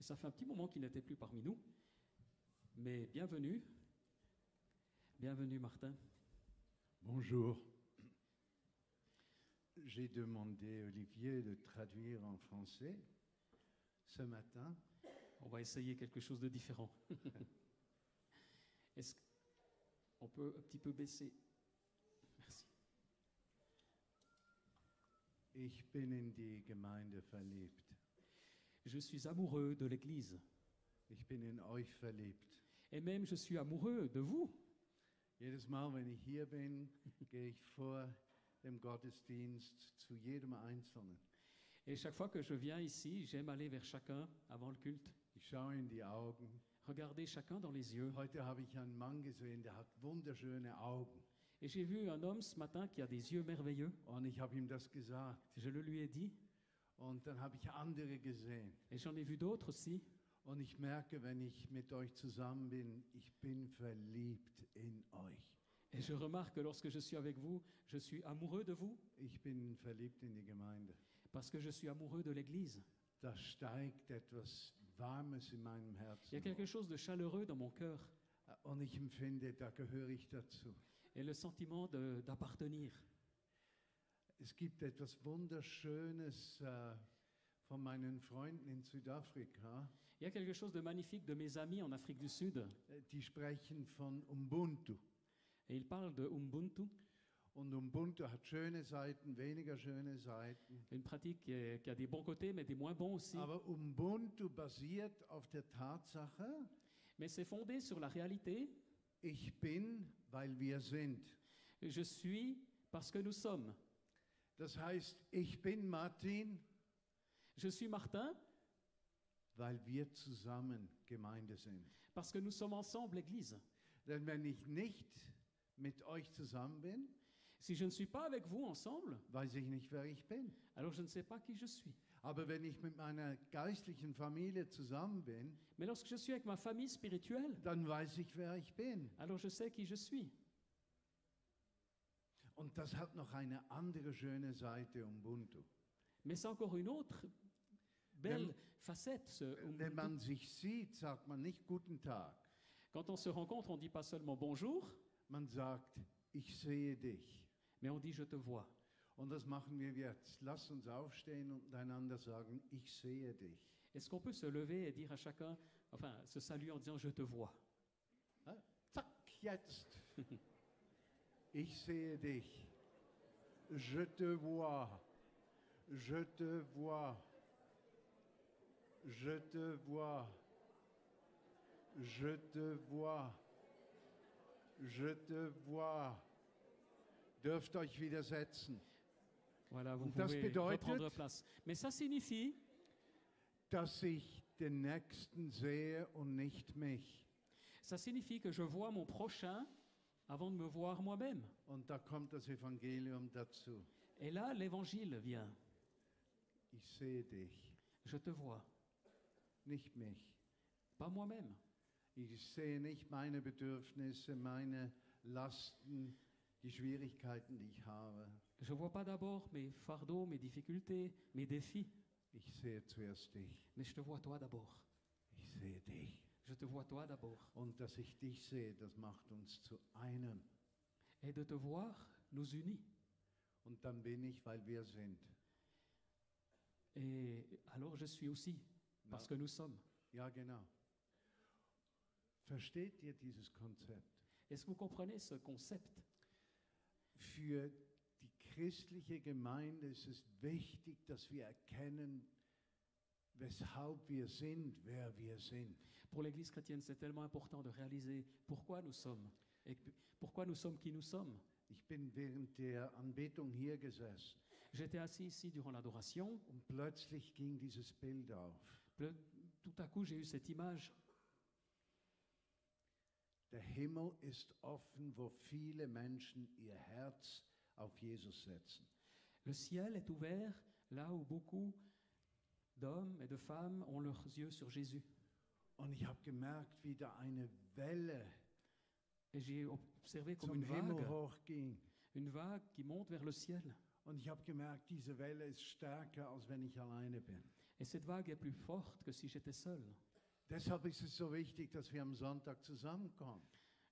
Ça fait un petit moment qu'il n'était plus parmi nous. Mais bienvenue. Bienvenue, Martin. Bonjour. J'ai demandé à Olivier de traduire en français ce matin. On va essayer quelque chose de différent. Est-ce qu'on peut un petit peu baisser Merci. Ich bin in die Gemeinde verliebt. Je suis amoureux de l'Église. Ich bin in euch verliebt. Et même, je suis amoureux de vous. Jedes Mal, wenn ich hier bin, gehe ich vor dem Gottesdienst zu jedem Einzelnen. Et chaque fois que je viens ici, j'aime aller vers chacun avant le culte. Ich schaue in die Augen. Regarder chacun dans les yeux. Heute habe ich einen Mann gesehen, der hat wunderschöne Augen. Et j'ai vu un homme ce matin qui a des yeux merveilleux. Und ich habe ihm das gesagt. Je le lui ai dit. Und dann habe ich andere gesehen. Et j'en ai vu d'autres aussi. Und ich merke, wenn ich mit euch zusammen bin, ich bin verliebt in euch. Et je remarque que lorsque je suis avec vous, je suis amoureux de vous Ich bin verliebt in die Gemeinde. parce que je suis amoureux de l'Église. Da steigt etwas Warmes in meinem Il y a Herzen. quelque chose de chaleureux dans mon cœur hoch. Und ich empfinde, da gehöre ich dazu. et le sentiment de- d'appartenir. Es gibt etwas Wunderschönes äh, von meinen Freunden in Südafrika. Il y a quelque chose de magnifique de mes amis en Afrique du Sud Äh, Die sprechen von Ubuntu. et ils parlent de Ubuntu, Und Ubuntu hat schöne Seiten, weniger schöne Seiten. une pratique qui, est- qui a des bons côtés mais des moins bons aussi. Aber Ubuntu basiert auf der Tatsache, Mais c'est fondé sur la réalité. ich bin, weil wir sind. Je suis parce que nous sommes. Das heißt, ich bin Martin, Je suis Martin weil wir zusammen Gemeinde sind. parce que nous sommes ensemble l'Église. Denn wenn ich nicht mit euch zusammen bin, Si je ne suis pas avec vous ensemble, weiß ich nicht, wer ich bin. alors je ne sais pas qui je suis. Aber wenn ich mit meiner geistlichen Familie zusammen bin, Mais lorsque je suis avec ma famille spirituelle, dann weiß ich, wer ich bin. alors je sais qui je suis. Und das hat noch eine andere schöne Seite, um Ubuntu. Mais c'est encore une autre belle Même- facette. ce Um Ubuntu. Wenn man sich sieht, sagt man nicht Guten Tag. Quand on se rencontre, on ne dit pas seulement bonjour, Man sagt, ich sehe dich. mais on dit je te vois. Und das machen wir jetzt. Lass uns aufstehen und einander sagen, ich sehe dich. Est-ce qu'on peut se lever et dire à chacun, enfin, se saluer en disant je te vois Ah, Zack, jetzt. Ich sehe dich. Je te vois. Je te vois. Je te vois. Je te vois. Je te vois. Dürft euch wieder setzen. Voilà, vous Das pouvez bedeutet- reprendre place. Mais ça signifie Dass ich den Nächsten sehe und nicht mich. Ça signifie que je vois mon prochain avant de me voir moi-même. Und da kommt das Evangelium dazu. Et là, l'évangile vient. Ich sehe dich, Je te vois, nicht mich. pas moi-même. Ich sehe nicht meine Bedürfnisse, meine Lasten, die Schwierigkeiten, die ich habe. Je vois pas d'abord mes fardeaux, mes difficultés, mes défis, Ich sehe zuerst dich. mais je te vois toi d'abord. Ich sehe dich. Je te vois toi d'abord. Und dass ich dich sehe, das macht uns zu einem. Et de te voir nous unit. Und dann bin ich, weil wir sind. Et alors je suis aussi, parce que nous sommes. Ja, genau. Versteht ihr dieses Konzept? Est-ce que vous comprenez ce concept Für die christliche Gemeinde ist es wichtig, dass wir erkennen, weshalb wir sind, wer wir sind. Pour l'Église chrétienne, c'est tellement important de réaliser pourquoi nous sommes et pourquoi nous sommes qui nous sommes. Ich bin während der Anbetung hier gesessen J'étais assis ici durant l'adoration und plötzlich ging dieses Bild auf. Le- tout à coup, j'ai eu cette image. Der Himmel ist offen, wo viele Menschen ihr Herz auf Jesus setzen. Le ciel est ouvert là où beaucoup d'hommes et de femmes ont leurs yeux sur Jésus. Und ich habe gemerkt, wie da eine Welle Et j'ai observé comme zum une Himmel vague, hochging. une vague qui monte vers le ciel. Und ich habe gemerkt, diese Welle ist stärker, als wenn ich alleine bin. Et cette vague est plus forte que si j'étais seul. Deshalb ist es so wichtig, dass wir am Sonntag zusammenkommen.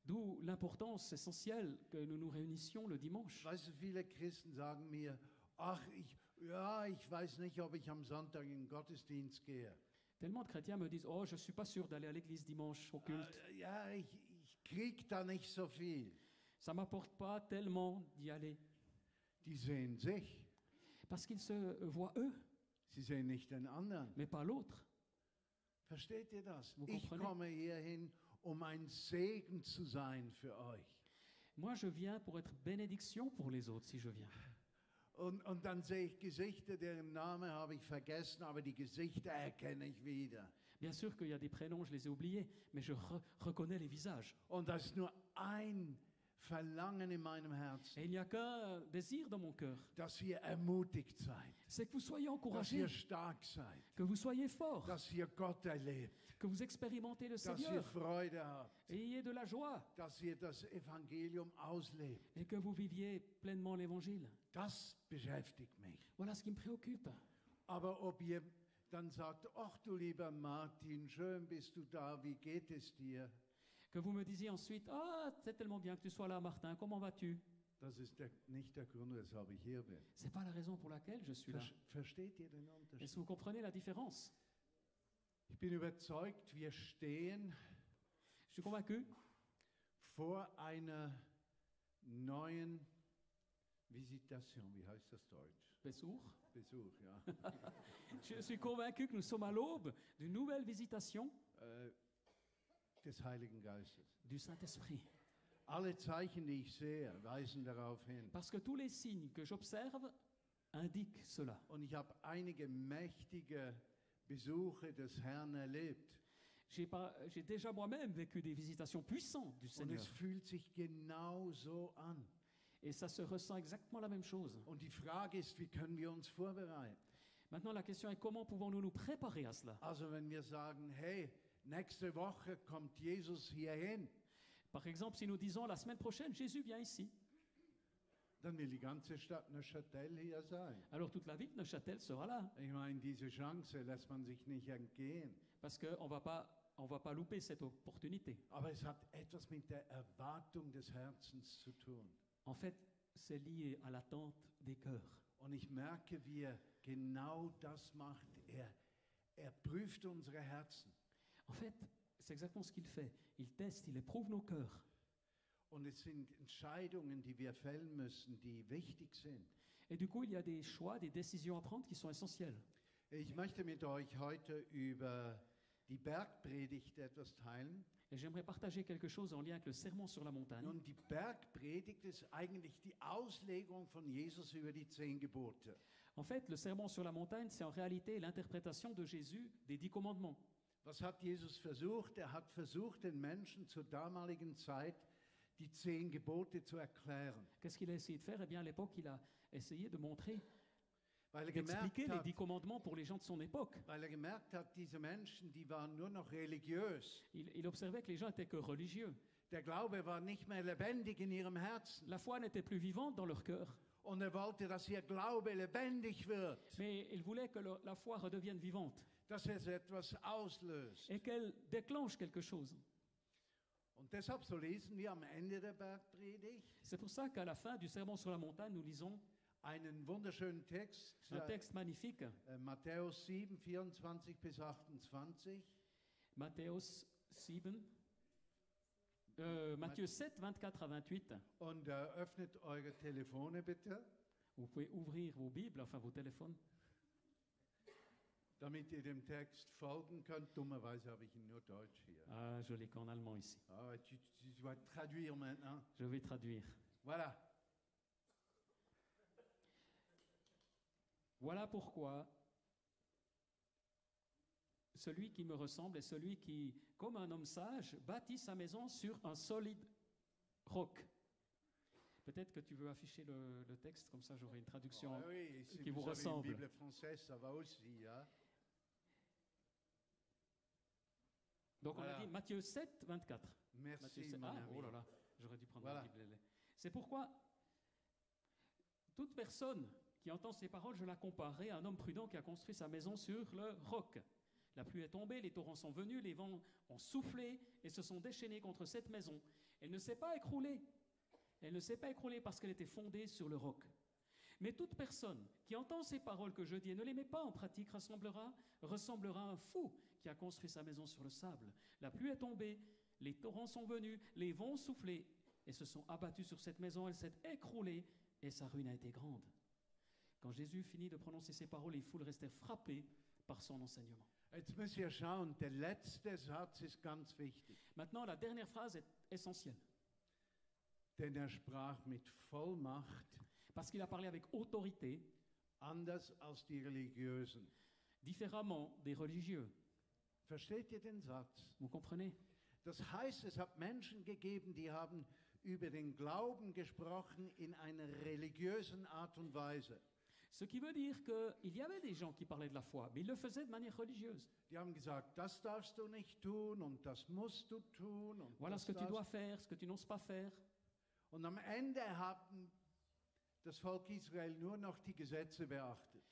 D'où l'importance essentielle que nous nous réunissions le dimanche. Weißt du, viele Christen sagen mir, ach, ich, ja, ich weiß nicht, ob ich am Sonntag in den Gottesdienst gehe. Tellement de chrétiens me disent Oh, je ne suis pas sûr d'aller à l'église dimanche au culte. Äh, Ja, ich, ich krieg da nicht so viel. Ça m'apporte pas tellement d'y aller. Die sehen sich, Parce qu'ils se voient eux, sie sehen nicht den anderen. mais pas l'autre. Versteht ihr das? Wo Ich kommt man hin? komme hierhin, um ein Segen zu sein für euch. Moi, je viens pour être bénédiction pour les autres si je viens. Und, und dann sehe ich Gesichter, deren Namen habe ich vergessen, aber die Gesichter erkenne ich wieder. Bien sûr qu'il y a des prénoms, je les ai oubliés, mais je re- reconnais les visages. Und das ist nur ein Verlangen in meinem Herzen, Et il n'y a qu'un désir dans mon cœur dass ihr ermutigt seid, c'est que vous soyez dass encouragés, ihr stark seid, que vous soyez forts, dass ihr Gott erlebt, que vous expérimentez le dass ihr Seigneur, Freude habt, et ayez de la joie, dass ihr das Evangelium auslebt. et que vous viviez pleinement l'Évangile. Das beschäftigt mich. Voilà ce qui me préoccupe. Aber ob ihr dann sagt, ach du lieber Martin, schön bist du da, wie geht es dir? Que vous me disiez ensuite Ah, c'est tellement bien que tu sois là, Martin, comment vas-tu Das ist der, nicht der Grund, weshalb ich hier bin. C'est pas la raison pour laquelle je suis là. Ver- Versteht ihr den Unterschied? Est-ce que vous comprenez la différence Ich bin überzeugt, wir stehen Je suis convaincu vor einer neuen Visitation, wie heißt das Deutsch? Bessour, Besuch, ja. Je suis convaincu que nous sommes à l'aube d'une nouvelle visitation äh, des Heiligen Geistes. du Saint-Esprit. Alle Zeichen, die ich sehe, weisen darauf hin. Parce que tous les signes que j'observe indiquent cela. Und ich habe einige mächtige Besuche des Herrn erlebt. J'ai pas- j'ai déjà moi-même vécu des visitations puissantes du Und Seigneur. es fühlt sich genau so an. Et ça se ressent exactement la même chose. Und die Frage ist, wie können wir uns vorbereiten? Maintenant, la question est comment pouvons-nous nous préparer à cela Also wenn wir sagen, hey, nächste Woche kommt Jesus hierhin, Par exemple, si nous disons la semaine prochaine, Jésus vient ici, dann will die ganze Stadt Neuchâtel hier sein. alors toute la ville de Neuchâtel sera là. Ich meine, diese Chance lässt man sich nicht entgehen. Parce qu'on ne va pas louper cette opportunité. Aber es hat etwas mit der Erwartung des Herzens zu tun. En fait, c'est lié à l'attente des cœurs. Und ich merke, wie er genau das macht. Er, er prüft unsere Herzen. En fait, c'est exactement ce qu'il fait. Il teste, il éprouve nos cœurs. Und es sind Entscheidungen, die wir fällen müssen, die wichtig sind. Et du coup, il y a des choix, des décisions à prendre qui sont essentielles. Ich möchte mit euch heute über die Bergpredigt etwas teilen. Et j'aimerais partager quelque chose en lien avec le sermon sur la montagne. Nun, die Bergpredigt ist eigentlich die Auslegung von Jesus über die zehn Gebote. En fait, le sermon sur la montagne, c'est en réalité l'interprétation de Jésus des dix commandements. Was hat Jesus versucht? Er hat versucht, den Menschen zur damaligen Zeit die zehn Gebote zu erklären, Qu'est-ce qu'il a essayé de faire Eh bien, à l'époque, il a essayé de montrer, weil er d'expliquer gemerkt les hat, dix commandements pour les gens de son époque. weil er gemerkt hat, diese Menschen, die waren nur noch religiös. Il, il observait que les gens étaient que religieux. Der Glaube war nicht mehr lebendig in ihrem Herzen. La foi n'était plus vivante dans leur cœur, Und er wollte, dass ihr Glaube lebendig wird, mais il voulait que le- la foi redevienne vivante dass es etwas auslöst. et qu'elle déclenche quelque chose. Und deshalb, so lesen wir am Ende der Bergpredigt C'est pour ça qu'à la fin du sermon sur la montagne, nous lisons einen wunderschönen Text, un äh, texte magnifique, äh, Matthäus 7, 24 bis 28. Matthieu 7, euh, Matthieu 7, 24 à 28. Und äh, öffnet eure Telefone bitte, Vous pouvez ouvrir vos Bibles, enfin vos téléphones. damit ihr dem Text folgen könnt. Dummerweise habe ich ihn nur Deutsch hier. Ah, je l'ai qu'en allemand ici. Ah, tu, tu dois traduire maintenant. Je vais traduire. Voilà. Voilà pourquoi celui qui me ressemble est celui qui, comme un homme sage, bâtit sa maison sur un solide roc. Peut-être que tu veux afficher le, le texte, comme ça j'aurai une traduction. Ah oui, si qui vous avez une ressemble. Bible française, ça va aussi. hein. Donc on a Voilà. dit Matthieu 7, 24. Matthieu Merci, 7, mon ah, ami. oh là là, j'aurais dû prendre la Voilà. Bible. elle est- C'est pourquoi toute personne qui entend ces paroles, je la comparais à un homme prudent qui a construit sa maison sur le roc. La pluie est tombée, les torrents sont venus, les vents ont soufflé et se sont déchaînés contre cette maison. Elle ne s'est pas écroulée. Elle ne s'est pas écroulée parce qu'elle était fondée sur le roc. Mais toute personne qui entend ces paroles que je dis et ne les met pas en pratique ressemblera, ressemblera à un fou qui a construit sa maison sur le sable. La pluie est tombée, les torrents sont venus, les vents ont soufflé et se sont abattus sur cette maison. Elle s'est écroulée et sa ruine a été grande. Quand Jésus finit de prononcer ces paroles, les foules restèrent frappées par son enseignement. Jetzt müsst ihr schauen, der letzte Satz ist ganz wichtig. Maintenant, la dernière phrase est essentielle, Denn er sprach mit Vollmacht, parce qu'il a parlé avec autorité, anders als die Religiösen. différemment des religieux. Versteht ihr den Satz? Vous comprenez Das heißt, es hat Menschen gegeben, die haben über den Glauben gesprochen in einer religiösen Art und Weise. Ce qui veut dire qu'il y avait des gens qui parlaient de la foi, mais ils le faisaient de manière religieuse. Die haben gesagt, das darfst du nicht tun und das musst du tun und Voilà das ce que tu darfst- dois faire, ce que tu n'oses pas faire. Und am Ende haben das Volk Israel nur noch die Gesetze beachtet.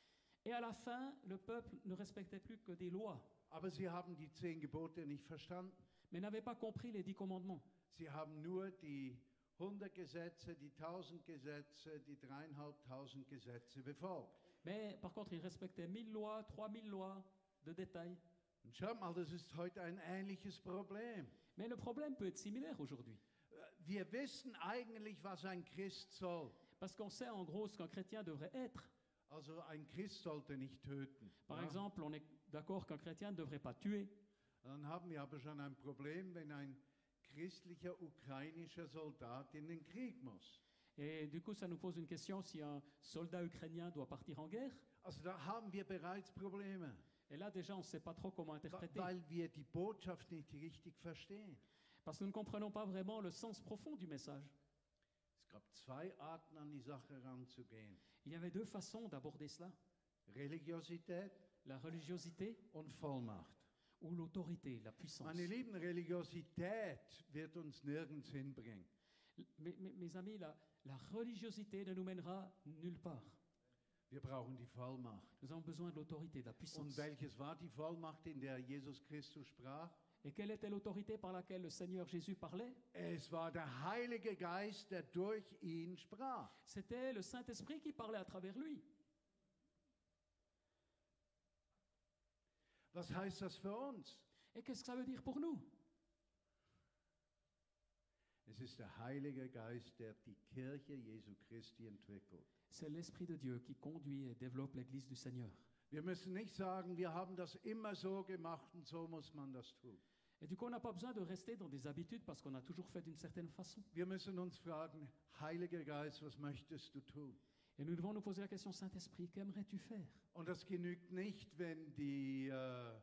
Et à la fin, le peuple ne respectait plus que des lois, Aber sie haben die zehn Gebote nicht verstanden. mais n'avait pas compris les dix commandements. Sie haben nur die 100 Gesetze, die 1000 Gesetze, die dreieinhalbtausend Gesetze befolgt. Mais par contre, ils respectaient mille lois, trois mille lois de détail. Und schaut mal, das ist heute ein ähnliches Problem. Mais le problème peut être similaire aujourd'hui, Wir wissen eigentlich, was ein Christ soll. parce qu'on sait en gros ce qu'un chrétien devrait être. Also ein Christ sollte nicht töten. Par ja? exemple, on est d'accord qu'un chrétien ne devrait pas tuer, Dann haben wir aber schon ein Problem, wenn ein christlicher ukrainischer Soldat in den Krieg muss. Et du coup, ça nous pose une question si un soldat ukrainien doit partir en guerre. Also da haben wir bereits Probleme, Et là, déjà, on ne sait pas trop comment wa- interpréter. weil wir die Botschaft nicht richtig verstehen. Parce que nous ne comprenons pas vraiment le sens profond du message. Es gab zwei Arten, an die Sache ranzugehen. Il y avait deux façons d'aborder cela Religiosität la religiosité und Vollmacht. ou l'autorité, la puissance. Meine Lieben, Religiosität wird uns nirgends hinbringen. Mes, mes- mes amis, la, la religiosité ne nous mènera nulle part. Wir brauchen die Vollmacht. Nous avons besoin de l'autorité, de la Und puissance. welches war die Vollmacht, in der Jesus Christus sprach? Et quelle était l'autorité par laquelle le Seigneur Jésus parlait Es war der Heilige Geist, der durch ihn sprach. C'était le Saint-Esprit qui parlait à travers lui. Was heißt das für uns? Et qu'est-ce que ça veut dire pour nous Es ist der Heilige Geist, der die Kirche Jesu Christi entwickelt. C'est l'Esprit de Dieu qui conduit et développe l'Église du Seigneur. Wir müssen nicht sagen, wir haben das immer so gemacht und so muss man das tun. Et du coup, on n'a pas besoin de rester dans des habitudes parce qu'on a toujours fait d'une certaine façon. Wir müssen uns fragen, Heiliger Geist, was möchtest du tun? Et nous devons nous poser la question, Saint-Esprit, qu'aimerais-tu faire Und das genügt nicht, wenn die äh,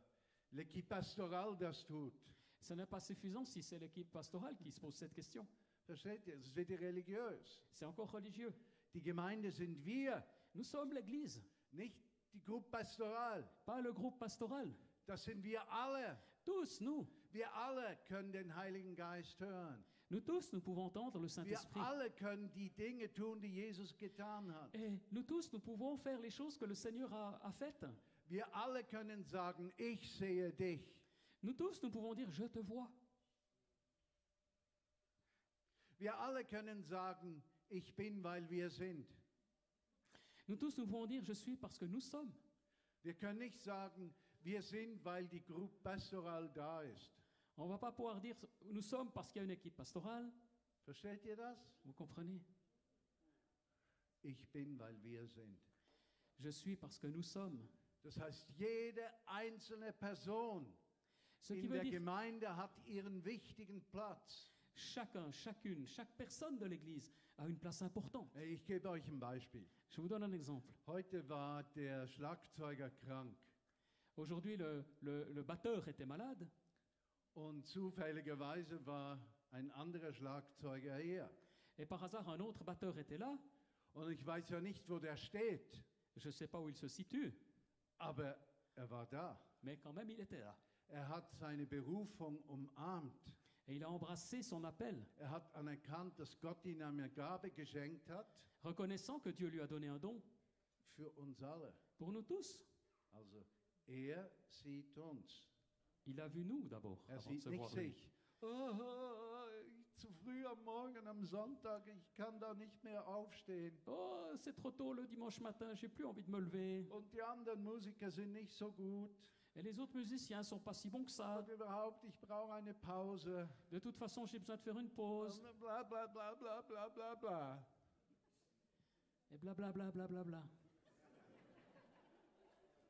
L'Équipe Pastoral das tut. Ce n'est pas suffisant si c'est l'équipe pastorale qui se pose cette question. Versteht ihr? Es wird religiös. C'est encore religieux. Die Gemeinde sind wir, Nous sommes l'Église, nicht die Gruppe Pastoral. pas le groupe pastoral. Das sind wir alle. Tous, nous, Wir alle können den Heiligen Geist hören. nous tous, nous pouvons entendre le Wir Saint-Esprit. alle können die Dinge tun, die Jesus getan hat. Et nous tous, nous pouvons faire les choses que le Seigneur a, a faites. Wir alle können sagen, ich sehe dich. Nous tous, nous pouvons dire, je te vois. Wir alle können sagen, ich bin, weil wir sind. Nous tous, nous pouvons dire, je suis parce que nous sommes. Wir können nicht sagen, wir sind, weil die Gruppe Pastoral da ist. On ne va pas pouvoir dire, nous sommes parce qu'il y a une équipe pastorale. Versteht ihr das? Vous comprenez Ich bin, weil wir sind. Je suis parce que nous sommes. Das heißt, jede einzelne Person Ce qui in veut der dire Gemeinde hat ihren wichtigen Platz. chacun, chacune, chaque personne de l'Église a une place importante. Ich gebe euch ein Beispiel. Je vous donne un exemple. Heute war der Schlagzeuger krank Aujourd'hui, le, le- le batteur était malade und zufälligerweise war ein anderer Schlagzeuger hier. et par hasard, un autre batteur était là. Und ich weiß ja nicht, wo der steht, Je ne sais pas où il se situe, aber er war da. mais quand même, il était là. Er hat seine Berufung umarmt. Et il a embrassé son appel, Er hat anerkannt, dass Gott ihm eine Gabe geschenkt hat, reconnaissant que Dieu lui a donné un don für uns alle. Pour nous tous, Also er sieht uns. il a vu nous d'abord Er avant de sieht se nicht voir lui. sich. Ah, zu früh am Morgen, am Sonntag, ich kann da nicht mehr aufstehen. Oh, c'est trop tôt le dimanche matin, j'ai plus envie de me lever. Und die anderen Musiker sind nicht so gut. Et les autres musiciens sont pas si bons que ça. Und überhaupt, ich brauche eine Pause. De toute façon, j'ai besoin de faire une pause. Und Bla bla bla bla bla bla bla. Et blablabla, blablabla.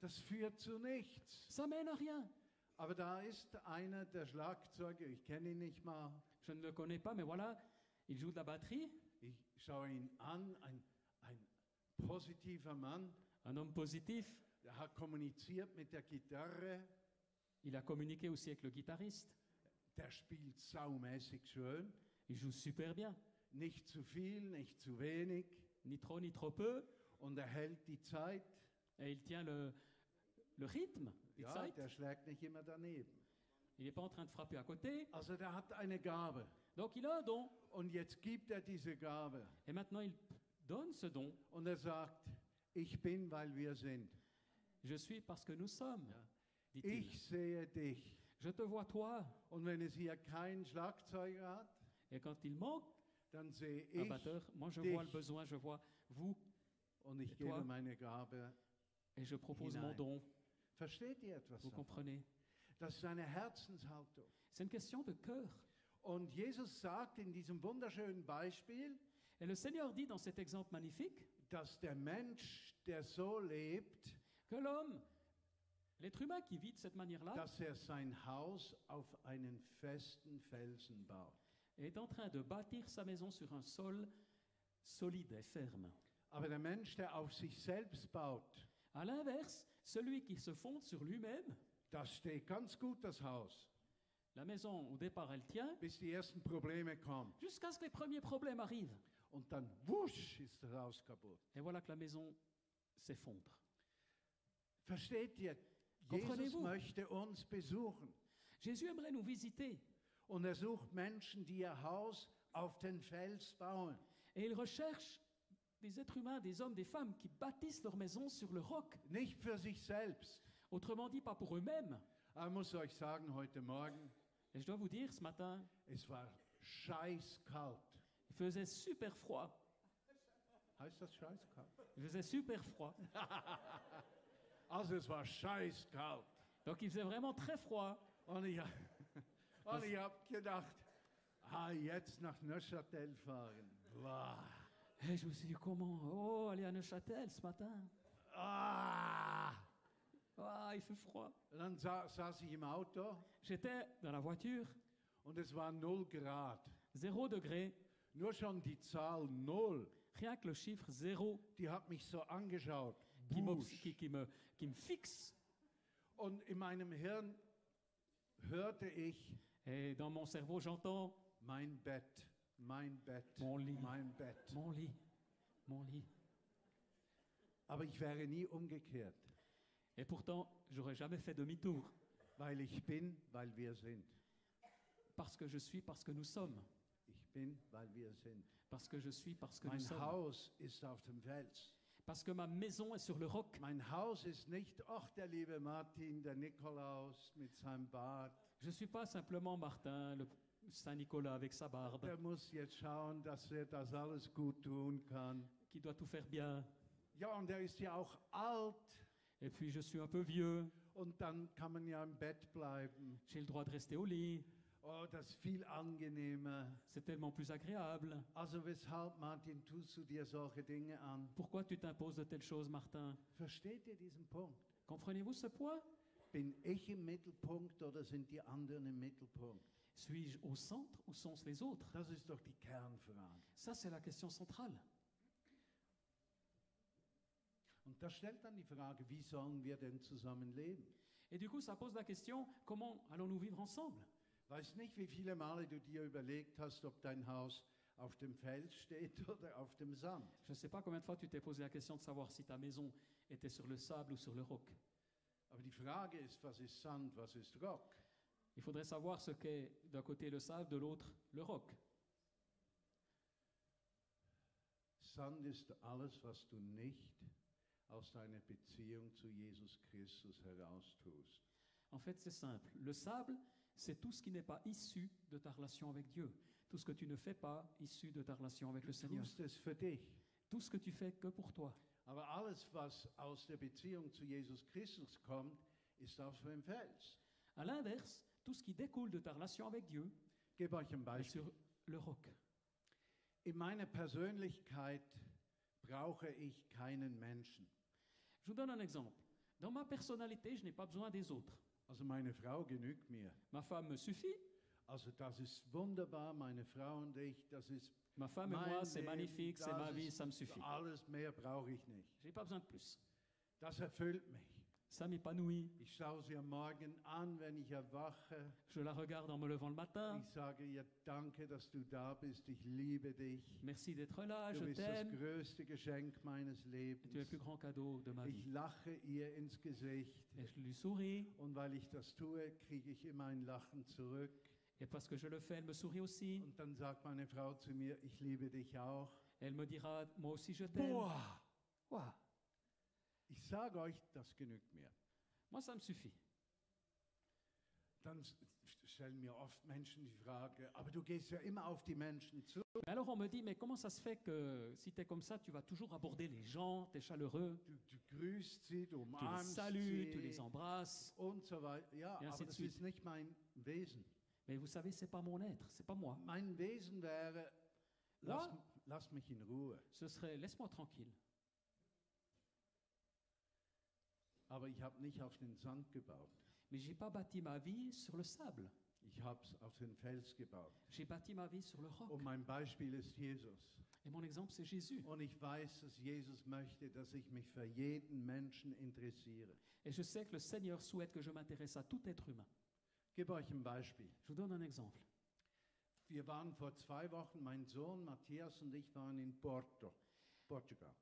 Das führt zu nichts. Ça mène à rien. Aber da ist einer der Schlagzeuger, ich kenne ihn nicht mal. Je ne le connais pas, mais voilà, il joue de la batterie. Ich schaue ihn an, ein, ein positiver Mann. Un homme positif. Er hat kommuniziert mit der Gitarre. Il a communiqué aussi avec le guitariste. Der spielt saumäßig schön. Il joue super bien. Nicht zu viel, nicht zu wenig. Ni trop, ni trop peu. Und er hält die Zeit. Et il tient le, le rythme. die Ja, Zeit. der schlägt nicht immer daneben. Il n'est pas en train de frapper à côté. Also der hat eine Gabe. Donc il a un don. Und jetzt gibt er diese Gabe. Et maintenant, il donne ce don. Und er sagt, ich bin, weil wir sind. Je suis parce que nous sommes, Ja. dit-il. Ich sehe dich. Je te vois toi. Und wenn es hier keinen Schlagzeuger hat, Et quand il manque dann sehe un ich batteur, moi je dich. vois le besoin, je vois vous und ich Toi. gebe meine Gabe. et je propose mon Hinein. don. Versteht ihr etwas? Vous davon? comprenez Das ist eine Herzenshaltung. C'est une question de cœur. Und Jesus sagt in diesem wunderschönen Beispiel, Et le Seigneur dit dans cet exemple magnifique dass der Mensch, der so lebt, que l'homme, l'être humain qui vit de cette manière-là, dass er sein Haus auf einen festen Felsen baut. est en train de bâtir sa maison sur un sol solide et ferme. Aber der Mensch, der auf sich selbst baut, À l'inverse, celui qui se fonde sur lui-même, das steht ganz gut, das Haus, la maison au départ elle tient, bis die ersten Probleme kommen. jusqu'à ce que les premiers problèmes arrivent. Und dann wusch ist das Haus kaputt. Et voilà que la maison s'effondre. Versteht ihr? Jesus Comprenez-vous? möchte uns besuchen. Jésus aimerait nous visiter Und er sucht Menschen, die ihr Haus auf den Fels bauen. et il recherche des êtres humains, des hommes, des femmes qui bâtissent leur maison sur le roc. Nicht für sich selbst. Autrement dit, pas pour eux-mêmes. Aber ich muss euch sagen, heute Morgen, Et je dois vous dire, ce matin, es war scheißkalt. il faisait super froid. Heißt das scheißkalt? Il faisait super froid. Also es war scheißkalt. Donc il faisait vraiment très froid. Und ich, und ich habe gedacht, ah, jetzt nach Neuchâtel fahren. Boah. Et je me suis dit, comment Oh, aller à Neuchâtel ce matin. Ah. Ah, il fait froid. Und dann sa saß ich im Auto J'étais dans la voiture, und es war 0 Grad. zéro degré. Nur schon die Zahl 0, Rien que le chiffre zéro die hat mich so angeschaut. qui, m'obs- Busch. qui- qui me, qui me fixe. Und in meinem Hirn hörte ich Et dans mon cerveau, j'entends mein Bett, mein Bett, Mon Lieb. mein Bett. mon lit, mon lit. Aber ich wäre nie umgekehrt, Et pourtant, j'aurais jamais fait demi-tour. weil ich bin, weil wir sind. Parce que je suis, parce que nous sommes. Ich bin, weil wir sind. Parce que je suis, parce que nous Mein sommes. Haus ist auf dem Fels. Parce que ma maison est sur le roc. Mein Haus ist nicht, ach, der liebe Martin, der Nikolaus mit seinem Bart. Je ne suis pas simplement Martin, le Saint-Nicolas avec sa barbe, Der muss jetzt schauen, dass er das alles gut tun kann. qui doit tout faire bien. Ja, und er ist ja auch alt. Et puis je suis un peu vieux, Und dann kann man ja im Bett bleiben. j'ai le droit de rester au lit, Oh, das ist viel angenehmer. c'est tellement plus agréable. Also weshalb, Martin, tust du dir solche Dinge an? Pourquoi tu t'imposes de telles choses, Martin Versteht ihr diesen Punkt? Comprenez-vous ce point Bin ich im Mittelpunkt oder sind die anderen im Mittelpunkt? Suis-je au centre ou sont les autres Das ist doch die Kernfrage. Ça, c'est la question centrale. Und das stellt dann die Frage, wie sollen wir denn zusammenleben? Et du coup, ça pose la question, comment allons-nous vivre ensemble Weiß nicht, wie viele Male du dir überlegt hast, ob dein Haus auf dem Fels steht oder auf dem Sand. Je ne sais pas combien de fois tu t'es posé la question de savoir si ta maison était sur le sable ou sur le roc. Aber die Frage ist, was ist Sand, was ist Rock? Il faudrait savoir ce qu'est d'un côté le sable, de l'autre le roc. Sand ist alles, was du nicht aus deiner Beziehung zu Jesus Christus heraustust. En fait, c'est simple. Le sable, c'est tout ce qui n'est pas issu de ta relation avec Dieu. Tout ce que tu ne fais pas issu de ta relation avec Du le Seigneur. tust es für dich. Tout ce que tu fais que pour toi. Aber alles, was aus der Beziehung zu Jesus Christus kommt, ist auf dem Fels. À l'inverse, tout ce qui découle de ta relation avec Dieu Ich gebe euch ein est Beispiel. sur le roc. In meiner Persönlichkeit brauche ich keinen Menschen. Je vous donne un exemple. Dans ma personnalité, je n'ai pas besoin des autres. Also meine Frau genügt mir. Ma femme me suffit. Also das ist wunderbar, meine Frau und ich, das ist Ma femme et Mein moi, c'est Leben, magnifique, c'est ma das vie, ist ça me suffit. alles mehr brauche ich nicht. J'ai pas besoin de plus. Das erfüllt mich. Ça m'épanouit. Ich schaue sie am Morgen an, wenn ich erwache. Je la regarde en me levant le matin. Ich sage ihr danke, dass du da bist. Ich liebe dich. Merci d'être là, Du je bist das t'aime. größte Geschenk meines Et Tu es le plus Lebens. grand cadeau de ma Ich vie. lache ihr ins Gesicht. Et je lui souris. Und weil ich das tue, kriege ich immer ein Lachen zurück. Et parce que je le fais, elle me sourit aussi. Und dann sagt meine Frau zu mir, ich liebe dich auch. Elle me dira, moi aussi je t'aime. Boah! Boah! Ich sage euch, das genügt mir. Moi, ça me suffit. Dann s- stellen mir oft Menschen die Frage, aber du gehst ja immer auf die Menschen zu. Mais alors on me dit, mais comment ça se fait que si tu es comme ça, tu vas toujours aborder les gens, tu es chaleureux, Du, du grüßt sie, du tu les umarmst salues, tu les sie embrasses. und so weiter. Ja, Ja, aber sie das zieht. ist nicht mein Wesen. Mais vous savez, c'est pas mon être, c'est pas moi. Mein Wesen wäre, lass, Moi, lass mich in Ruhe. ce serait, laisse-moi tranquille. Aber ich habe nicht auf den Sand gebaut. Mais j'ai pas bâti ma vie sur le sable. Ich habe es auf den Fels gebaut. J'ai bâti ma vie sur le roc. Und mein Beispiel ist Jesus. Et mon exemple, c'est Jésus. Und ich weiß, dass Jesus möchte, dass ich mich für jeden Menschen interessiere. Et je sais que le Seigneur souhaite que je m'intéresse à tout être humain. Ich gebe euch ein Beispiel. Je vous donne un exemple. Wir waren vor zwei Wochen, mein Sohn Matthias und ich waren in Porto, Portugal.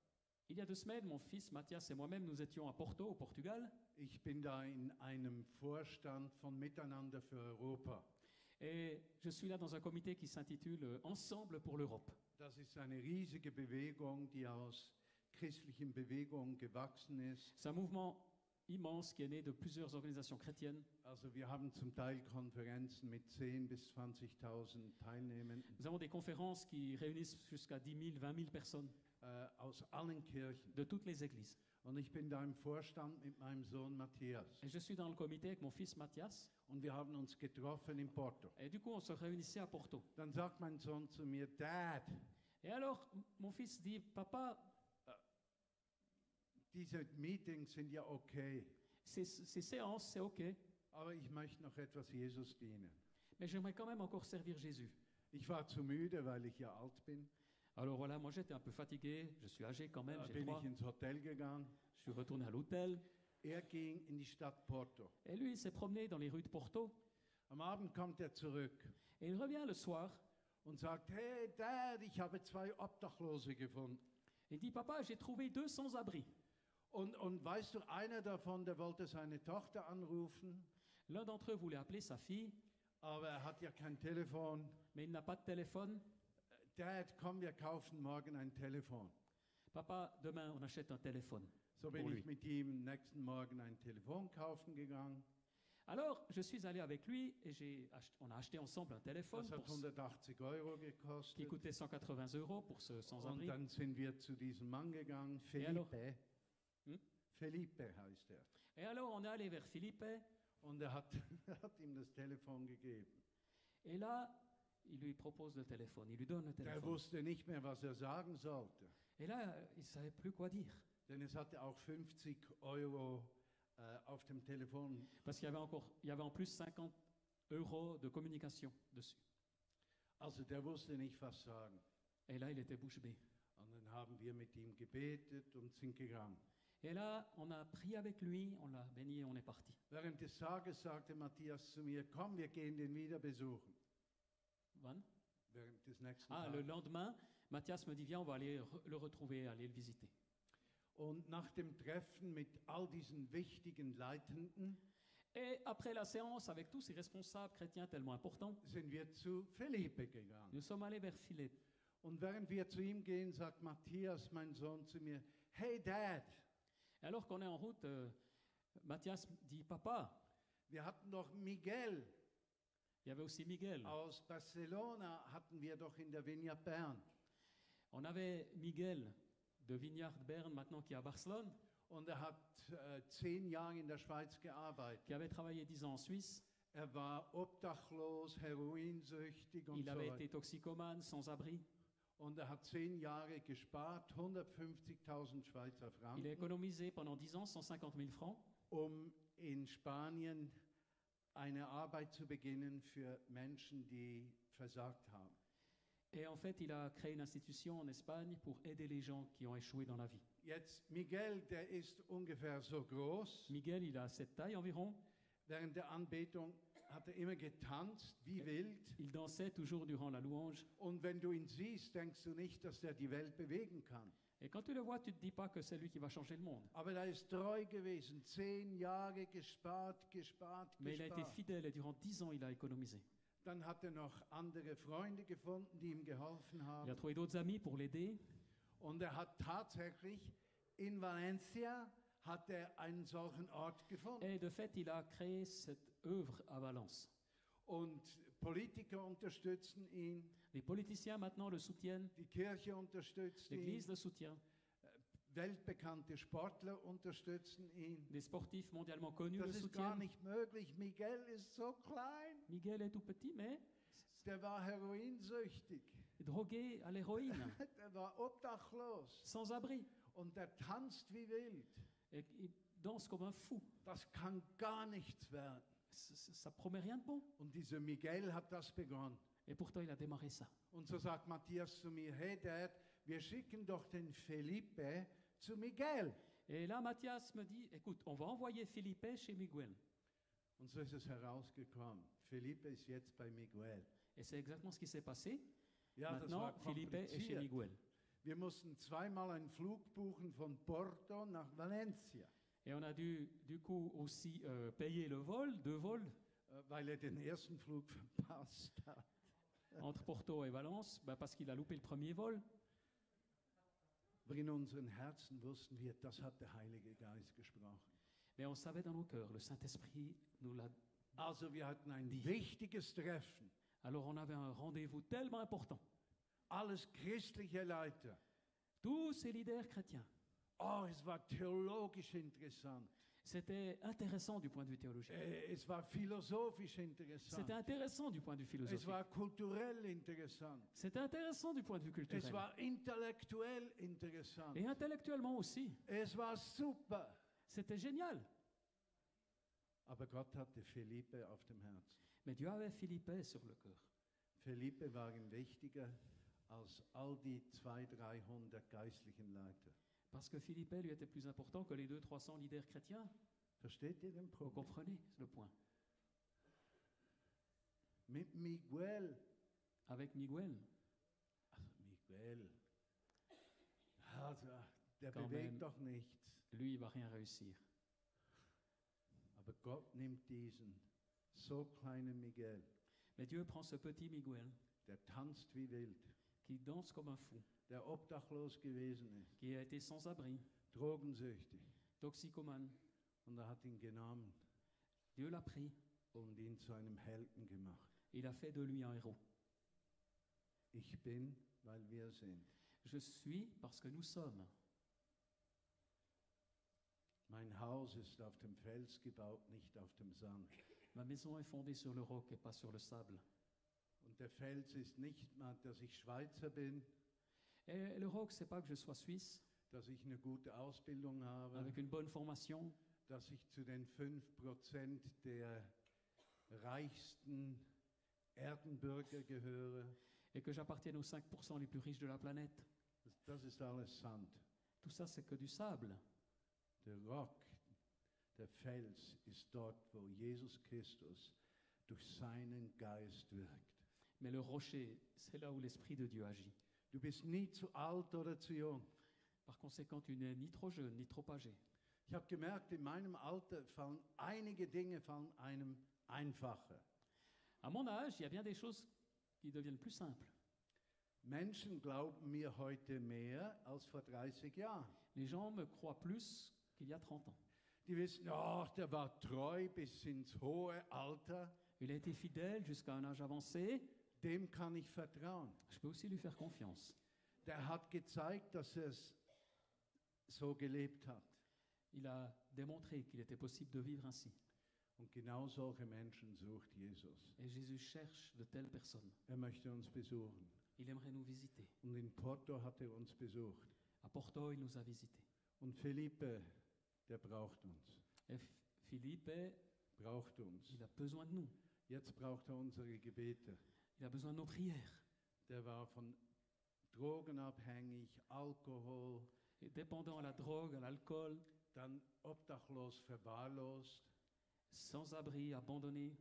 Il y a deux semaines, mon fils Mathias et moi-même, nous étions à Porto, au Portugal. Ich bin da in einem Vorstand von Miteinander für Europa. Et je suis là dans un comité qui s'intitule euh, Ensemble pour l'Europe. Das ist eine riesige Bewegung, die aus christlichen Bewegungen gewachsen ist. C'est un mouvement immense qui est né de plusieurs organisations chrétiennes. Also wir haben zum Teil Konferenzen mit 10.000 bis 20.000 Teilnehmenden Nous avons des conférences qui réunissent jusqu'à 10 000, 20 000 personnes äh, aus allen Kirchen. de toutes les églises. Und ich bin da im Vorstand mit meinem Sohn Matthias. Et je suis dans le comité avec mon fils Mathias. Und wir haben uns getroffen in Porto. Et du coup, on se réunissait à Porto. Dann sagt mein Sohn zu mir, Dad, Et alors, m- mon fils dit, papa, diese Meetings sind ja okay, ces, ces séances, c'est OK, aber ich möchte noch etwas Jesus dienen. mais j'aimerais quand même encore servir Jésus. Ich war zu müde, weil ich ja alt bin. Alors voilà, moi j'étais un peu fatigué, je suis âgé quand même, Da j'ai bin froid. ich ins Hotel gegangen. Je suis retourné à l'hôtel. Er ging in die Stadt Porto. Et lui, il s'est promené dans les rues de Porto. Am Abend kommt er zurück Et il revient le soir. und sagt, hey Dad, ich habe zwei Obdachlose gefunden. Il dit, papa, j'ai trouvé deux sans-abri. Und, und weißt du, einer davon, der wollte seine Tochter anrufen, L'un d'entre eux voulait appeler sa fille, aber er hat ja kein Telefon. mais il n'a pas de téléphone. Dad, komm, wir kaufen morgen ein Telefon. Papa, demain, on achète un téléphone. So bin Ui. ich mit ihm nächsten Morgen ein Telefon kaufen gegangen. Alors, je suis allé avec lui et j'ai ach- on a acheté ensemble un téléphone Das hat pour ce- 180 Euro qui gekostet. coûtait 180 euros pour ce Und sans-abri. dann sind wir zu diesem Mann gegangen, hallo. Felipe. Hm? Felipe heißt er. Et alors, on est allé vers Philippe. Und er hat, hat ihm das Telefon gegeben. Et là, il lui propose le téléphone. Il lui donne le Der téléphone. wusste nicht mehr, was er sagen sollte. Et là, euh, il ne savait plus quoi dire. Denn es hatte auch 50 Euro äh, auf dem Telefon. Parce qu'il y avait encore, il y avait en plus 50 euros de communication dessus. Also der wusste nicht, was sagen. Et là, il était bouche bée. Und dann haben wir mit ihm gebetet und sind gegangen. Et là, on a prié avec lui, on l'a béni et on est parti. Während des Tages sagte Matthias zu mir, komm, wir gehen den wieder besuchen. Van? Während des nächsten Ah, le Tages. lendemain, Mathias me dit Viens, on va aller re- le retrouver, aller le visiter. Und nach dem Treffen mit all diesen wichtigen Leitenden Et après la séance, avec tous ces responsables chrétiens tellement importants, sind wir zu Felipe gegangen. nous sommes allés vers Philippe. Und während wir zu ihm gehen, sagt Matthias, mein Sohn, zu mir, hey Dad, Et alors qu'on est en route, euh, Mathias dit Papa, Wir hatten doch Miguel il y avait aussi Miguel. aus Barcelona, hatten wir doch in der Vinia Bern. On avait Miguel de Vignard Berne, maintenant qui est à Barcelone, Und er hat äh, zehn Jahre in der Schweiz gearbeitet. qui avait travaillé 10 ans en Suisse. Er war obdachlos, heroinsüchtig und Il so avait weiter. été toxicomane, sans abri. Und er hat zehn Jahre gespart, 150.000 Il Schweizer a Franken, économisé pendant 10 ans 150 000 francs um in Spanien eine Arbeit zu beginnen für Menschen, die versagt haben. Et en fait, il a créé une institution en Espagne pour aider les gens qui ont échoué dans la vie. Jetzt Miguel, der ist ungefähr so groß. Miguel, il a cette taille environ. Während der Anbetung hat er immer getanzt, wie wild. Il dansait toujours durant la louange. Und wenn du ihn siehst, denkst du nicht, dass er die Welt bewegen kann. Et quand tu le vois, tu ne te dis pas que c'est lui qui va changer le monde. Aber er ist treu gewesen, zehn Jahre gespart, gespart, Mais il a été gespart. fidèle et durant dix ans, il a économisé. Dann hat er noch andere Freunde gefunden, die ihm geholfen Il a haben. trouvé d'autres amis pour l'aider. Und er hat tatsächlich in Valencia hat er einen solchen Ort gefunden. Et de fait, il a créé cette œuvre à Valence. Und Politiker unterstützen ihn, Les politiciens maintenant le soutiennent, die Kirche unterstützt ihn, l'Église le soutient, weltbekannte Sportler unterstützen ihn. des sportifs mondialement connus Das le ist gar soutiennent. nicht möglich. Miguel ist so klein. Miguel est tout petit, mais Der war heroinsüchtig. drogué à l'héroïne, Der war obdachlos. sans abri. Und der tanzt wie wild. Et il danse comme un fou. Das kann gar nichts werden. Ça- ça ça promet rien de bon. Und dieser Miguel hat das begonnen. Et pourtant, il a démarré ça. Und so sagt Matthias zu mir, hey Dad, wir schicken doch den Felipe zu Miguel. Et là, Mathias me dit, écoute, on va envoyer Felipe chez Miguel. Und so ist es herausgekommen. Felipe ist jetzt bei Miguel. Et c'est exactement ce qui s'est passé. Ja, das Maintenant, war Felipe est chez kompliziert. Miguel. Wir mussten zweimal einen Flug buchen von Porto nach Valencia, Et on a dû, du coup, aussi euh, payer le vol, deux vols, äh, weil er den ersten Flug verpasst hat. entre Porto et Valence, bah, parce qu'il a loupé le premier vol. Aber in unseren Herzen wussten wir, das hat der Heilige Geist gesprochen. Mais on savait dans nos cœurs, le Saint-Esprit nous l'a. Also wir hatten ein wichtiges Treffen. Alors on avait un rendez-vous tellement important. Alles christliche Leiter. Tous ces leaders chrétiens. Oh, es war theologisch interessant. C'était intéressant du point de vue théologique. Äh, Es war philosophisch C'était interessant. intéressant du point de vue Es philosophique. war kulturell interessant. C'était intéressant du point de vue Es culturel. war intellektuell interessant. Et intellectuellement aussi. Es war super. C'était génial. Aber Gott hatte Felipe auf dem Herzen. Mais Dieu avait Philippe sur le cœur. Felipe war ihm wichtiger als all die 200, 300 geistlichen Leiter. Parce que Philippe lui était plus important que les deux 300 leaders chrétiens. Versteht ihr den Vous Punkt? comprenez le point. Mit Miguel. Avec Miguel, Also Miguel. Also, der Kann man- bewegt doch nichts. lui, il va rien réussir. Aber Gott nimmt diesen so kleinen Miguel, Mais Dieu prend ce petit Miguel der tanzt wie wild, qui danse comme un fou, der obdachlos gewesen ist, qui a été sans abri, drogensüchtig. toxicomane. Und er hat ihn genommen Dieu l'a pris. und ihn zu einem Helden gemacht. Il a fait de lui un héros. Ich bin, weil wir sind. Je suis parce que nous sommes. Mein Haus ist auf dem Fels gebaut, nicht auf dem Sand. Ma maison est fondée sur le roc et pas sur le sable. Und der Fels ist nicht mal, dass ich Schweizer bin, Et le roc, c'est pas que je sois suisse, dass ich eine gute Ausbildung habe, avec une bonne formation, dass ich zu den 5% der reichsten Erdenbürger gehöre. et que j'appartienne aux 5% les plus riches de la planète. Das- Das ist alles Sand. Tout ça, c'est que du sable. Der Rock, der Fels ist dort, wo Jesus Christus durch seinen Geist wirkt. Mais le rocher, c'est là où l'Esprit de Dieu agit. Du bist nie zu alt oder zu jung. Par conséquent, tu n'es ni trop jeune, ni trop âgé. Ich habe gemerkt, in meinem Alter fallen einige Dinge fallen einem einfacher. À mon âge, il y a bien des choses qui deviennent plus simples. Menschen glauben mir heute mehr als vor 30 Jahren. Les gens me croient plus il y a 30 ans. Die wissen, ach, der war treu bis ins hohe Alter, Il a été fidèle jusqu'à un âge avancé. dem kann ich vertrauen. Je peux aussi lui faire confiance. Der hat gezeigt, dass er es so gelebt hat. Il a démontré qu'il était possible de vivre ainsi. Und genau solche Menschen sucht Jesus. Et Jésus cherche de telles personnes. Er möchte uns besuchen. Il aimerait nous visiter. Und in Porto hat er uns besucht. À Porto, il nous a visités. Und Philippe, der braucht uns. Et F- Philippe, Braucht uns. il a besoin de nous. Jetzt braucht er unsere Gebete. Il a besoin de nos prières. Der war von Drogen abhängig, Alkohol, Et dépendant à la drogue, à l'alcool, dann obdachlos, verwahrlost. sans abri, abandonné.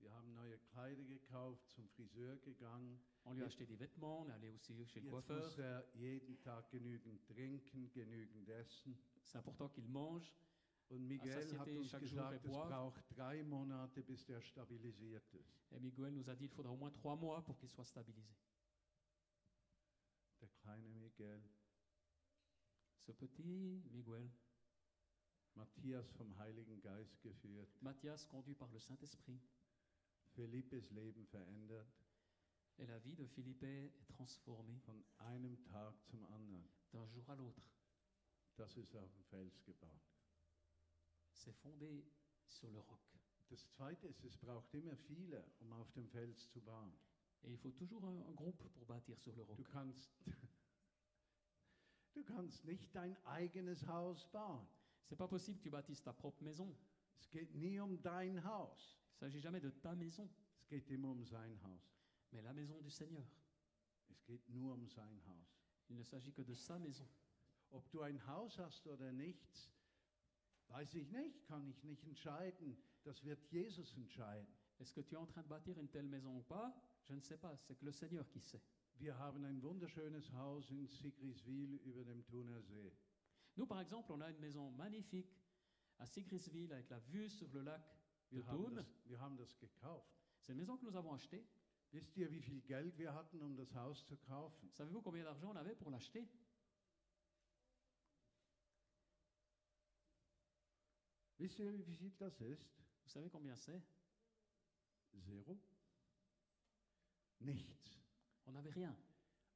Wir haben neue Kleider gekauft, zum Friseur gegangen. On lui a Et- acheté des vêtements, on est allé aussi chez le Jetzt coiffeur. muss er jeden Tag genügend trinken, genügend essen. C'est important qu'il mange. Und Miguel hat Satiété, uns chaque jour gesagt, es Reboire. braucht drei Monate, bis der stabilisiert ist. Et Miguel nous a dit il faudra au moins trois mois pour qu'il soit stabilisé. Der kleine Miguel, Ce petit Miguel, Matthias vom Heiligen Geist geführt, Mathias conduit par le Saint-Esprit. Philippes Leben verändert, Et la vie de Philippe est transformée von einem Tag zum anderen. d'un jour à l'autre. Das ist auf dem Fels gebaut. C'est fondé sur le roc. Das Zweite ist, es braucht immer viele, um auf dem Fels zu bauen. Et il faut toujours un, un groupe pour bâtir sur le roc. Du kannst, du kannst nicht dein eigenes Haus bauen. C'est pas possible que tu bâtisses ta propre maison. Es geht nie um dein Haus. Il s'agit jamais de ta maison, Es geht immer um sein Haus. mais la maison du Seigneur. Es geht nur um sein Haus. Il ne s'agit que de sa maison. Ob du ein Haus hast oder nichts, weiß ich nicht, kann ich nicht entscheiden. Das wird Jesus entscheiden. Est-ce que tu es en train de bâtir une telle maison ou pas Je ne sais pas, c'est que le Seigneur qui sait. Wir haben ein wunderschönes Haus in Sigriswil über dem Thuner See. Nous, par exemple, on a une maison magnifique à Sigrisville avec la vue sur le lac. Wir Der haben, Thuner? das, wir haben das gekauft. C'est une maison que nous avons achetée. Wisst ihr, wie viel Geld wir hatten, um das Haus zu kaufen? Savez-vous combien d'argent on avait pour l'acheter Wisst ihr, wie viel das ist? Vous savez combien c'est Zero. Nichts. On n'avait rien.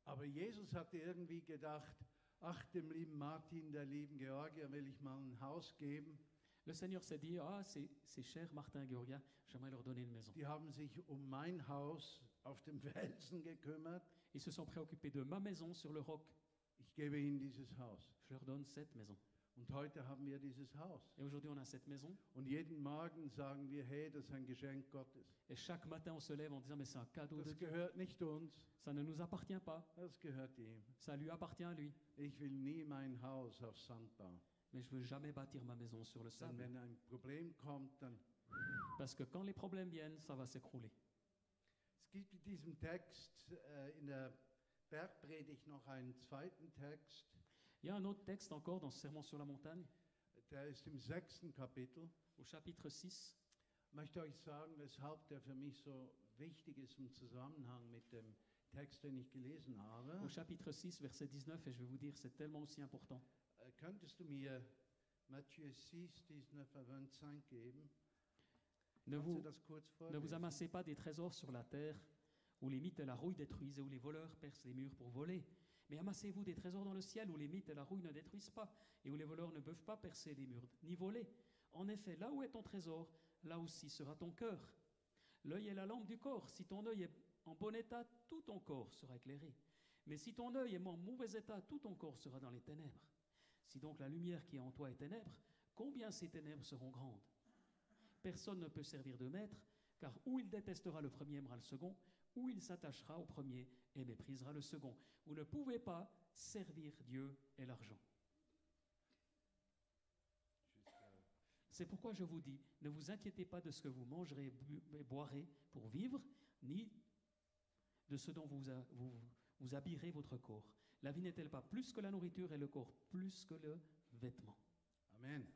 Aber Jesus hatte irgendwie gedacht, ach, dem lieben Martin, der lieben Georgia will ich mal ein Haus geben. Le Seigneur s'est dit Ah, c'est c'est cher, Martin et Georgia, j'aimerais leur donner une maison. Die haben sich um mein Haus auf dem Felsen gekümmert. Ils se sont préoccupés de ma maison sur le roc. Ich gebe ihnen dieses Haus. Je leur donne cette maison. Und heute haben wir dieses Haus. Et aujourd'hui, on a cette maison. Und jeden Morgen sagen wir, hey, das ist ein Geschenk Gottes. Et chaque matin, on se lève en disant Mais c'est un cadeau de Das Dieu. gehört nicht uns, Ça ne nous appartient pas. das gehört ihm. Ça lui appartient à lui. Ich will nie mein Haus auf Sand bauen. Mais je veux jamais bâtir ma maison sur le Dann, sable. wenn ein Problem kommt, dann. Parce que quand les problèmes viennent, ça va s'écrouler. Es gibt in diesem Text äh, in der Bergpredigt noch einen zweiten Text, Il y a un autre texte encore dans ce Sermon sur la montagne, der ist im sechsten Kapitel. au chapitre 6. Ich möchte euch sagen, weshalb der für mich so wichtig ist im Zusammenhang mit dem Text, den ich gelesen habe. Au chapitre 6, verset 19, et je vais vous dire, c'est tellement aussi important. Äh, könntest du mir Mathieu 6, 19 à 25 geben? Ne Kannst du vous, das kurz ne vous vorlesen? amassez pas des trésors sur la terre, où les mythes et la rouille détruisent et où les voleurs percent les murs pour voler. Mais amassez-vous des trésors dans le ciel, où les mythes et la rouille ne détruisent pas, et où les voleurs ne peuvent pas percer les murs, ni voler. En effet, là où est ton trésor, là aussi sera ton cœur. L'œil est la lampe du corps. Si ton œil est en bon état, tout ton corps sera éclairé. Mais si ton œil est en mauvais état, tout ton corps sera dans les ténèbres. Si donc la lumière qui est en toi est ténèbre, combien ces ténèbres seront grandes Personne ne peut servir de maître, car ou il détestera le premier, aimera le second, ou il s'attachera au premier et méprisera le second. Vous ne pouvez pas servir Dieu et l'argent. C'est pourquoi je vous dis, ne vous inquiétez pas de ce que vous mangerez et bu- et boirez pour vivre, ni de ce dont vous, a- vous, vous habillerez votre corps. La vie n'est-elle pas plus que la nourriture et le corps plus que le vêtement Amen.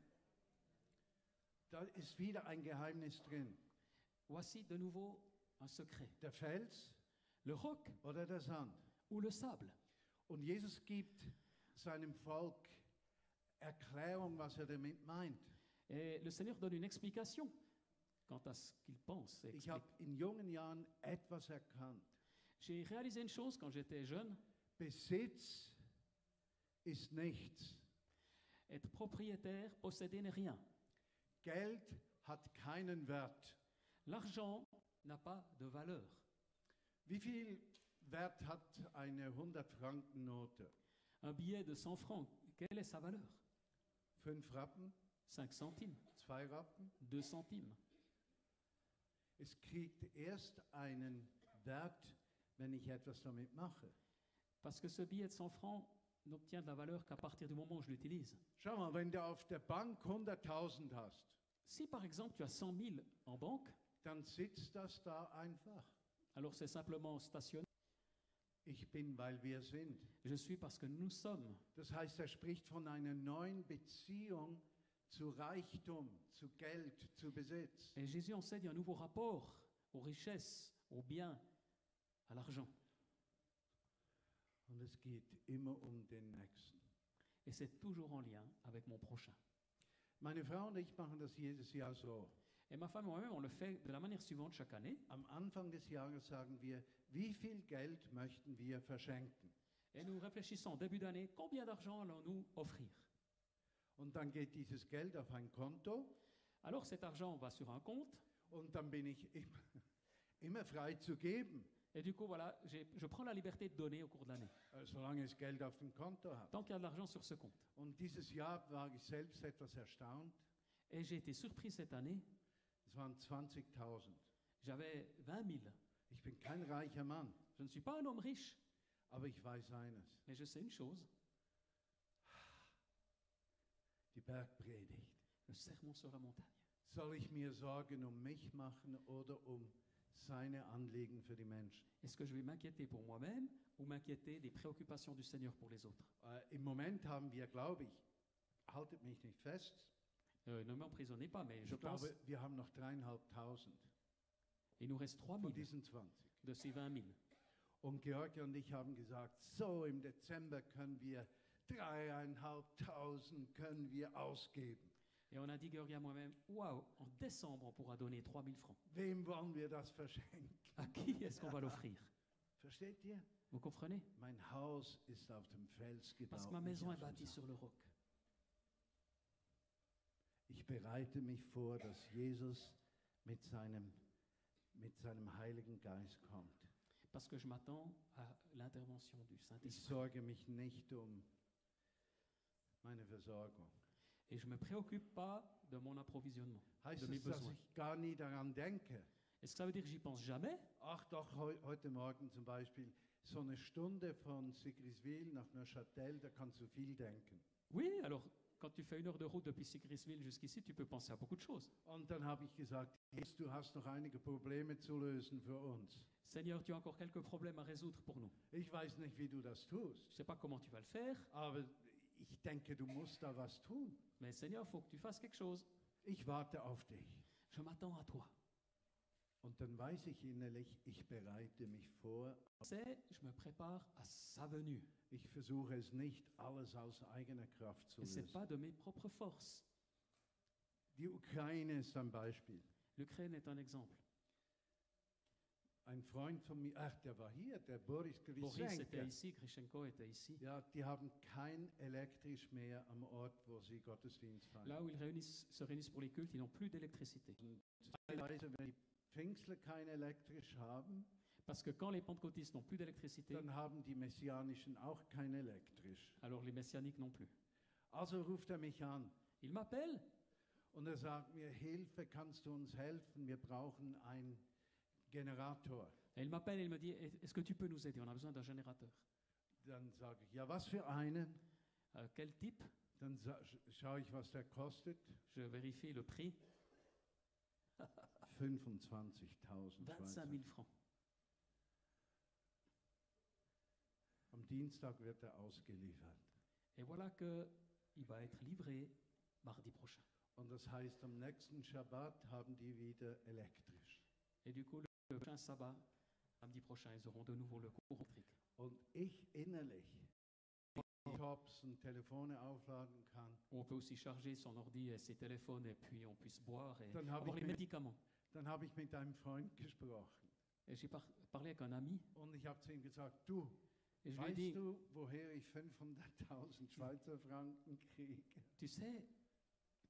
Da ist wieder ein Geheimnis drin. Voici de nouveau un secret. Der Fels Le roc oder der Sand? ou le sable Und Jesus gibt seinem Volk Erklärung, was er damit meint. Et le Seigneur donne une explication quant à ce qu'il pense. et Ich explique. habe in jungen Jahren etwas erkannt. J'ai réalisé une chose quand j'étais jeune. Besitz ist nichts. Être propriétaire, posséder n'est rien. Geld hat keinen Wert. L'argent n'a pas de valeur. Wie viel Wert hat eine 100-Franken-Note? Un billet de 100 francs, quelle est sa valeur Fünf Rappen? 5 centimes, Zwei Rappen? 2 centimes. Es kriegt erst einen Wert, wenn ich etwas damit mache. Parce que ce billet de 100 francs n'obtient de la valeur qu'à partir du moment où je l'utilise. Schau mal, wenn du auf der Bank 100.000 hast, Si par exemple tu as 100 000 en banque, dann sitzt das da einfach. alors c'est simplement stationné. Ich bin, weil wir sind. Je suis parce que nous sommes. Das heißt, er spricht von einer neuen Beziehung zu Reichtum, zu Geld, zu Besitz. Et Jésus enseigne un nouveau rapport aux richesses, aux biens, à l'argent. Und es geht immer um den Nächsten. Et c'est toujours en lien avec mon prochain. Meine Frau und ich machen das jedes Jahr so. Et ma femme et moi-même, on le fait de la manière suivante chaque année. Am Anfang des Jahres sagen wir, wie viel Geld möchten wir verschenken? Et nous réfléchissons en début d'année, combien d'argent allons-nous offrir Und dann geht dieses Geld auf ein Konto Alors cet argent va sur un compte. und dann bin ich immer, immer frei zu geben, Et du coup, voilà, j'ai- je prends la liberté de donner au cours de l'année, äh, solange es Geld auf dem Konto hat. tant qu'il y a de l'argent sur ce compte. Und dieses Jahr war ich selbst etwas erstaunt. Et j'ai été surpris cette année, Es waren 20.000. j'avais 20 000. Ich bin kein reicher Mann, Je ne suis pas un homme riche, aber ich weiß eines, mais je sais une chose, die Bergpredigt. le sermon sur la montagne. Soll ich mir Sorgen um mich machen oder um seine Anliegen für die Menschen? Est-ce que je vais m'inquiéter pour moi-même ou m'inquiéter des préoccupations du Seigneur pour les autres Äh, Im Moment haben wir, glaube ich, haltet mich nicht fest, Euh, Ne m'emprisonnez pas, mais je ich pense. glaube, wir haben noch dreieinhalbtausend Il nous reste 3 000 von diesen 20. de ces 20 000. Und Georg und ich haben gesagt, so im Dezember können wir dreieinhalbtausend können wir ausgeben. Et on a dit, Georgia, moi-même, waouh, en décembre, on pourra donner 3 000 francs. Wem wollen wir das verschenken? À qui est-ce qu'on va l'offrir Versteht ihr? Vous comprenez Mein Haus ist auf dem Fels gebaut. Parce que ma nicht maison est auf dem bâtie Sand. sur le roc. Ich bereite mich vor, dass Jesus mit seinem, mit seinem Heiligen Geist kommt. Parce que je m'attends à l'intervention du Ich Saint-Esprit. sorge mich nicht um meine Versorgung. Et je ne me préoccupe pas de mon approvisionnement. Heißt De mes es, dass besoins. ich gar nie daran denke? Est-ce que ça veut dire que j'y pense jamais Ach doch, heu, heute Morgen zum Beispiel, so eine Stunde von Sigriswil nach Neuchâtel, da kannst du viel denken. Oui, alors quand tu fais une heure de route depuis Sigrisville jusqu'ici, tu peux penser à beaucoup de choses. Und dann habe ich gesagt, Jesus, du hast noch einige Probleme zu lösen für uns. Seigneur, tu as encore quelques problèmes à résoudre pour nous. Ich weiß nicht, wie du das tust. Je ne sais pas comment tu vas le faire, Aber ich denke, du musst da was tun. mais Seigneur, il faut que tu fasses quelque chose. Ich warte auf dich. Je m'attends à toi. Und dann weiß ich innerlich, ich bereite mich vor. C'est, je me prépare à sa venue. Ich versuche es nicht, alles aus eigener Kraft zu Et ce n'est lösen. pas de mes propres forces. Die Ukraine ist ein Beispiel. L'Ukraine est un exemple. Ein Freund von mir, ach, der war hier, der Boris Boris était Grisenko. ici, Grishenko était ici. Ja, die haben kein Elektrisch mehr am Ort, wo sie Gottesdienst feiern. Là où ils réunissent- se réunissent pour les cultes, ils n'ont plus d'électricité. Teilweise, wenn die Pfingstler kein Elektrisch haben, Parce que quand les pentecôtistes n'ont plus d'électricité, dann haben die Messianischen auch kein Elektrisch. alors les messianiques non plus. Also ruft er mich an. Il m'appelle Und er sagt mir, Hilfe, kannst du uns helfen? Wir brauchen einen Generator. Et il m'appelle et il me dit Est-ce que tu peux nous aider On a besoin d'un générateur. Dann sage ich, ja, was für einen? Euh, quel type Dann sa- sch- schaue ich, was der kostet. Je vérifie le prix 25.000 Schweizer. 25 000 francs. Am Dienstag wird er ausgeliefert. Et voilà que il va être livré mardi prochain. Und das heißt, am nächsten Schabbat haben die wieder elektrisch. Et du coup, le le prochain sabbat, samedi prochain, ils auront de nouveau le cours électrique. Und ich innerlich Laptops und Telefone aufladen kann. On peut aussi charger son ordi et ses téléphones et puis on puisse boire et Dann habe avoir ich, les mit- médicaments. dann habe ich mit einem Freund gesprochen Et j'ai par- parlé avec un ami und ich habe zu ihm gesagt, du, et je lui ai weißt dit, du, woher ich 500.000 Schweizer Franken kriege? tu sais,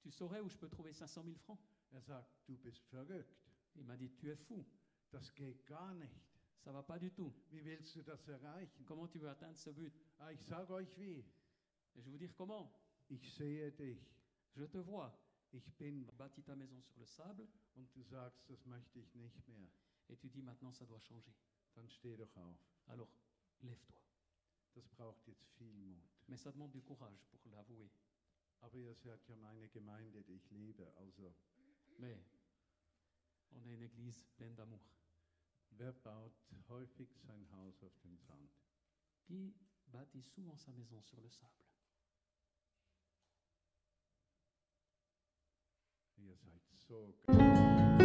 tu saurais où je peux trouver 500 000 francs Er sagt, du bist verrückt, Il m'a dit, tu es fou, das geht gar nicht. ça va pas du tout. Wie willst du das erreichen? Comment tu veux atteindre ce but Ah, ich sage euch wie, Et je vais vous dire comment. ich sehe dich, Je te vois. ich bin Bâtis ta maison sur le sable und du sagst, das möchte ich nicht mehr. et tu dis maintenant ça doit changer. Dann steh doch auf. Alors, lève-toi. Das braucht jetzt viel Mut. Mais ça demande du courage pour l'avouer. Aber ihr seid ja meine Gemeinde, die ich liebe. Also, Mais on est une église pleine d'amour. wer baut häufig sein Haus auf den Sand? Qui bâtit souvent sa maison sur le sable Ihr seid so. ge-